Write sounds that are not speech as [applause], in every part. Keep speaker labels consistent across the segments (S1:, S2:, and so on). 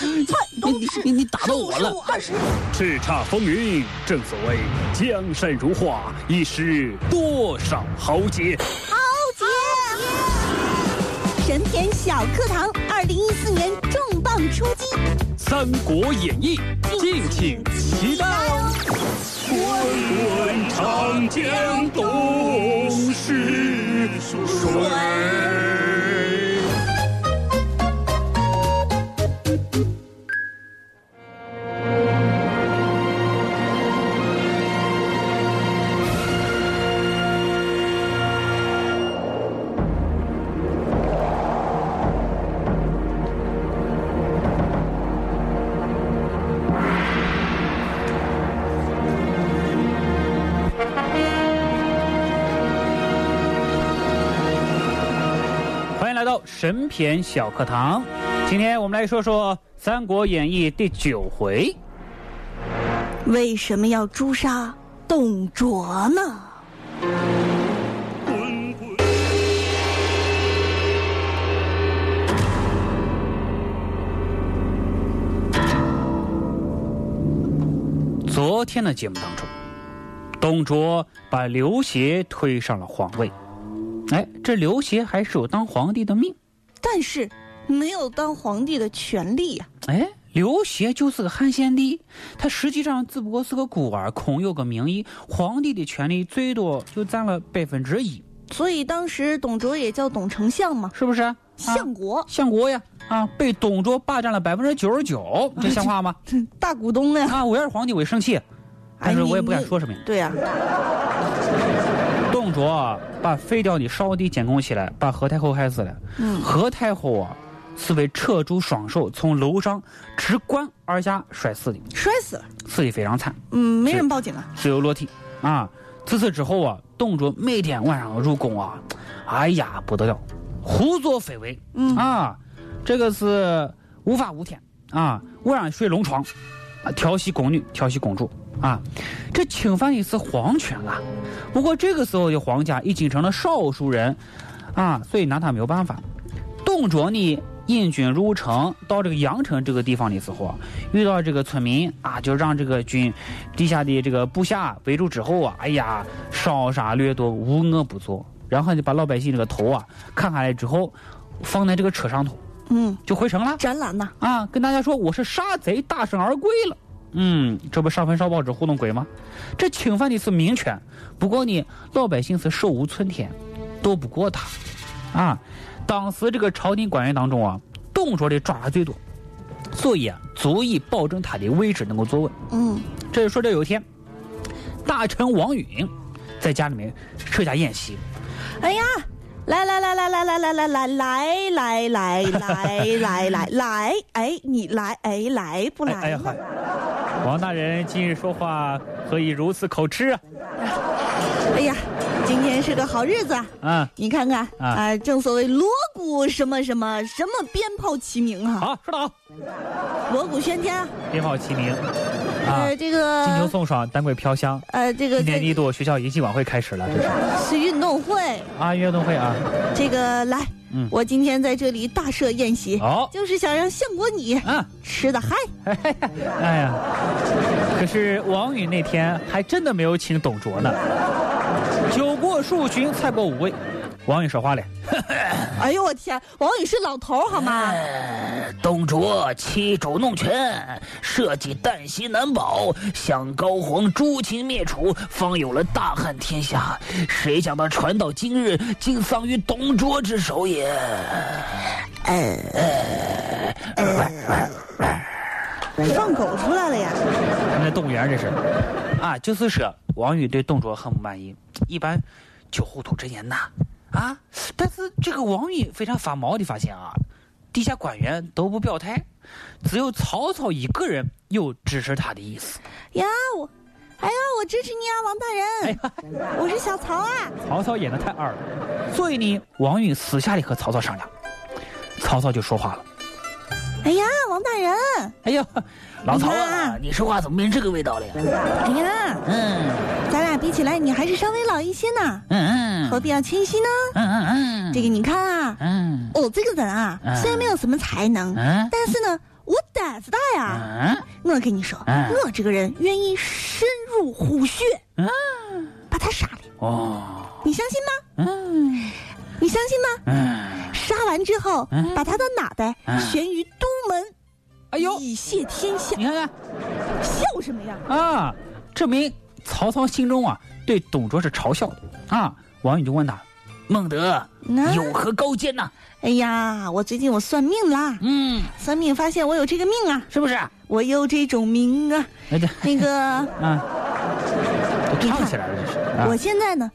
S1: 你你你你打到我了！
S2: 二十，
S3: 叱咤风云。正所谓江山如画，一时多少豪杰。
S2: 神田小课堂二零一四年重磅出击，
S3: 《三国演义》，敬请期待哦。滚滚长江东逝水。
S4: 欢迎来到神篇小课堂，今天我们来说说《三国演义》第九回。
S2: 为什么要诛杀董卓呢？
S4: 昨天的节目当中，董卓把刘协推上了皇位，哎，这刘协还是有当皇帝的命，
S2: 但是没有当皇帝的权利呀、
S4: 哎，刘协就是个汉献帝，他实际上只不过是个孤儿，空有个名义，皇帝的权力最多就占了百分之一，
S2: 所以当时董卓也叫董丞相嘛，
S4: 是不是啊？啊
S2: 相国、
S4: 相国呀，啊，被董卓霸占了百分之九十九，这像话吗？
S2: 大股东
S3: [laughs]
S2: 呀、
S4: 啊，我要是皇帝，我也生气，但是
S2: 哎
S4: 我也
S2: 你
S4: 不敢
S2: 你
S4: 说什么呀。
S2: 对呀、
S4: 董卓啊，把废掉的少帝监控起来，把何太后害死了。
S2: 嗯
S4: 何太后啊，是被扯住双手从楼上直贯而下摔死的，
S2: 摔死了，
S4: 死的非常惨，
S2: 嗯，没
S4: 是
S2: 人报警啊，
S4: 只有落体啊。自此之后啊，董卓每天晚上入宫啊，哎呀不得了，胡作非为，
S2: 嗯
S4: 啊，这个是无法无天啊，晚上睡龙床，啊，调戏宫女，调戏公主啊，这侵犯的是皇权啊。不过这个时候的皇家已经成了少数人啊，所以拿他没有办法。董卓呢，引军入城，到这个阳城这个地方的时候啊，遇到这个村民啊，就让这个军地下的这个部下围住之后啊，哎呀，烧杀掠夺，无恶不作。然后就把老百姓这个头啊砍下来之后，放在这个车上头，
S2: 嗯，
S4: 就回城了
S2: 展览呐、
S4: 啊，跟大家说我是杀贼，大胜而归了。嗯，这不上坟烧报纸糊弄鬼吗？这侵犯的是民权，不过呢，老百姓是手无寸铁，斗不过他。啊，当时这个朝廷官员当中啊，董卓的抓的最多，所以啊，足以保证他的位置能够坐稳。
S2: 嗯，
S4: 这就说这有一天，大臣王允在家里面设下宴席，
S2: 哎呀，来来来来来来来来来来来来来来来来，哎，你来哎来不
S4: 哎哎
S2: 来
S4: 呀
S2: 呢？
S4: 嗨，王大人今日说话何以如此口吃啊？
S2: 哎呀，今天是个好日子啊，
S4: 啊，
S2: 你看看
S4: 啊
S2: 啊，正所谓锣鼓什么什么什么鞭炮齐鸣啊，
S4: 好，说得好，
S2: 锣鼓喧天啊，
S4: 鞭炮齐鸣，啊
S2: 呃，，这
S4: 金秋
S2: 个
S4: 送爽，丹桂飘香。
S2: 呃，这个
S4: 今年
S2: 这
S4: 一度学校迎新晚会开始了，这是
S2: 是运动会，
S4: 啊，运动会啊，
S2: 这个来
S4: 嗯，
S2: 我今天在这里大设宴席，
S4: 好，
S2: 就是想让相国你
S4: 啊，
S2: 吃的嗨，
S4: 哎呀，可是王允那天还真的没有请董卓呢。酒过数巡，菜过五味，王允说话了。
S2: 哎呦我天，王宇是老头儿好吗？
S1: 董卓欺主弄权，设计旦夕难保，想高皇诛秦灭楚，方有了大汉天下。谁想到传到今日，竟丧于董卓之手也。
S2: 放狗出来了呀！
S4: 那动物园这是，啊，就是说王允对董卓很不满意，一般酒后吐真言呐，啊，但是这个王允非常发毛的发现啊，地下官员都不表态，只有曹操一个人有支持他的意思。
S2: 呀，我，哎呀，我支持你啊，王大
S1: 哎
S2: 人！我是小曹啊！
S4: 曹操演的太二了，所以呢，王允私下里和曹操商量，曹操就说话了
S2: 哎呀，王大人！：“
S4: 哎呀，
S1: 老曹
S2: 你看
S1: 啊
S2: 啊，
S1: 你说话怎么变这个味道了呀？
S2: 哎呀，
S1: 嗯
S2: 咱俩比起来，你还是稍微老一些呢，
S1: 嗯嗯
S2: 何必要谦虚呢？
S1: 嗯嗯
S2: 这个你看啊，
S1: 嗯
S2: 我这个人啊，
S1: 嗯
S2: 虽然没有什么才能，
S1: 嗯
S2: 但是呢，我胆子大呀。
S1: 嗯
S2: 我跟你说，
S1: 嗯
S2: 我这个人愿意深入虎穴，把他杀了，
S1: 啊哦
S2: 你相信吗？
S1: 嗯
S2: 你相信吗？
S1: 嗯
S2: 杀完之后，
S1: 嗯
S2: 把他的脑袋
S1: 嗯
S2: 悬于都门，
S4: 哎呦，
S2: 以谢天下。
S4: 你看看。”
S2: 笑什么呀？
S4: 啊，证明曹操心中啊对董卓是嘲笑的啊。王允就问他，
S1: 孟德
S2: 那
S1: 有何高见呐？
S2: 哎呀，我最近我算命啦，
S1: 嗯，
S2: 算命发现我有这个命啊，
S1: 是不是？
S2: 我有这种命啊。
S4: 哎这
S2: 那
S1: [laughs]
S2: 个，
S4: 啊，都唱起来了这是 [laughs]
S2: 我
S4: 啊
S2: 现在呢，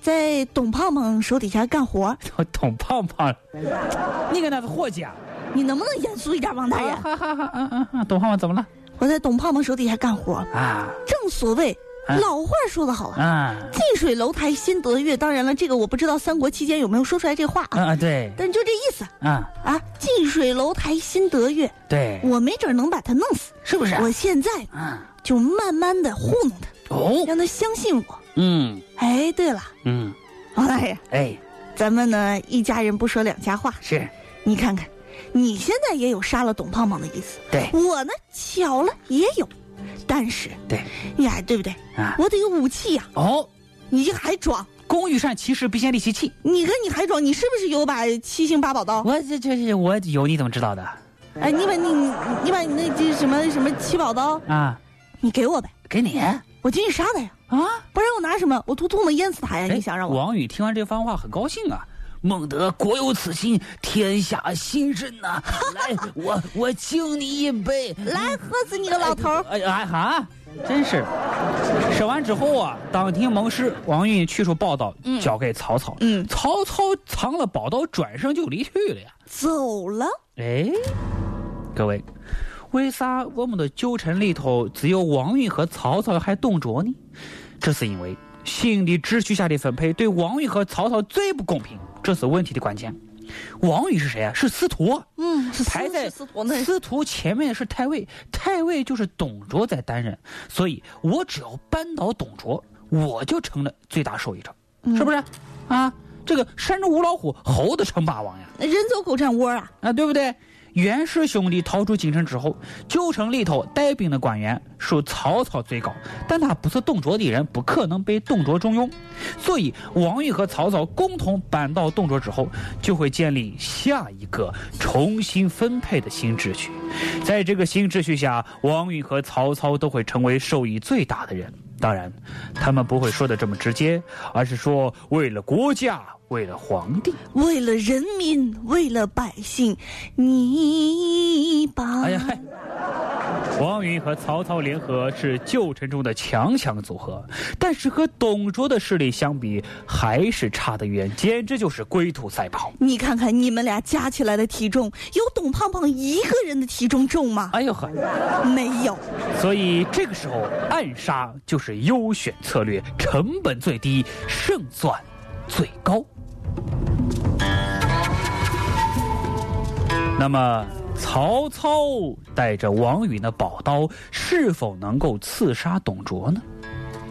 S2: 在董胖胖手底下干活，，
S4: 我董胖胖，你跟他是伙计啊？
S2: 你能不能严肃一点，王大人？
S4: 哈哈哈，嗯嗯嗯，董胖胖怎么了？
S2: 我在董胖胖手底下干活，
S4: 啊
S2: 正所谓
S4: 啊
S2: 老话说得好啊，
S4: 啊
S2: 近水楼台先得月。当然了，这个我不知道三国期间有没有说出来这话啊，
S4: 啊啊对
S2: 但就这意思
S4: 啊
S2: 啊，近水楼台先得月，
S4: 对，
S2: 我没准能把他弄死。
S1: 是不是？
S2: 我现在
S1: 嗯
S2: 就慢慢的糊弄他，
S1: 哦
S2: 让他相信我。
S1: 嗯
S2: 哎，对了，
S1: 嗯，
S2: 王大爷，
S1: 哎
S2: 咱们呢一家人不说两家话，
S1: 是
S2: 你看看，你现在也有杀了董胖胖的意思，
S1: 对
S2: 我呢巧了也有，但是
S1: 对
S2: 呀，对不对？
S1: 啊
S2: 我得有武器呀、
S4: 哦，
S2: 你这个还装？
S4: 工欲善其事，必先利其器。
S2: 你看你还装？你是不是有把七星八宝刀？
S4: 我这这这我有你怎么知道的
S2: 哎，你把你你你把你那这什么什么七宝刀，
S4: 啊
S2: 你给我呗，
S1: 给你
S2: 我进去杀他呀，
S4: 啊？
S2: 不然我拿什么？我吐唾沫淹死他呀！
S4: 哎
S2: 你想让我？
S4: 王允听完这番话很高兴啊，
S1: 孟德国有此心，天下心甚呐、来，我我敬你一杯。
S2: 来，喝死你个老头儿！
S4: 哎哎哈，真是！审完之后啊，当庭盟誓，王允去处报道，交给曹操。
S2: 嗯
S4: 曹操藏了宝刀，转身就离去了呀。
S2: 走了，
S4: 哎，各位，为啥我们的旧城里头只有王允和曹操还董卓呢？这是因为新的秩序下的分配对王允和曹操最不公平，这是问题的关键。王允是谁啊？是司徒啊。
S2: 嗯，是
S4: 排在
S2: 司徒那
S4: 司徒前面是太尉，太尉就是董卓在担任，所以我只要扳倒董卓，我就成了最大受益者，是不是？啊，这个山中无老虎，猴子称霸王呀，
S2: 人走狗占窝啊！
S4: 啊，对不对？袁氏兄弟逃出京城之后，旧城里头带兵的官员属曹操最高，但他不是董卓的人，不可能被董卓重用，所以王允和曹操共同扳倒董卓之后，就会建立下一个重新分配的新秩序。在这个新秩序下，王允和曹操都会成为受益最大的人。当然，他们不会说的这么直接，而是说为了国家，为了皇帝。
S2: 为了人民，为了百姓，你把、
S4: [laughs] 哎呀，嗨！王允和曹操联合是旧臣中的强强组合，但是和董卓的势力相比，还是差得远，简直就是龟兔赛跑。
S2: 你看看你们俩加起来的体重，有董胖胖一个人的体重重吗？
S4: 哎呦呵！
S2: 没有，
S4: 所以这个时候暗杀就是优选策略，成本最低，胜算最高。那么，曹操带着王允的宝刀，是否能够刺杀董卓呢？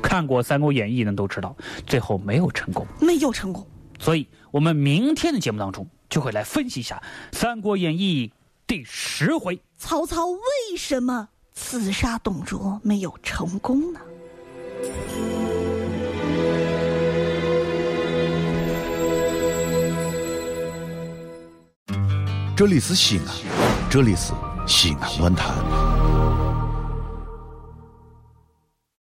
S4: 看过《三国演义》的人都知道，最后没有成功。
S2: 没有成功。
S4: 所以，我们明天的节目当中就会来分析一下《三国演义》第十回。
S2: 曹操为什么刺杀董卓没有成功呢？
S5: 这里是西安，这里是西安论坛。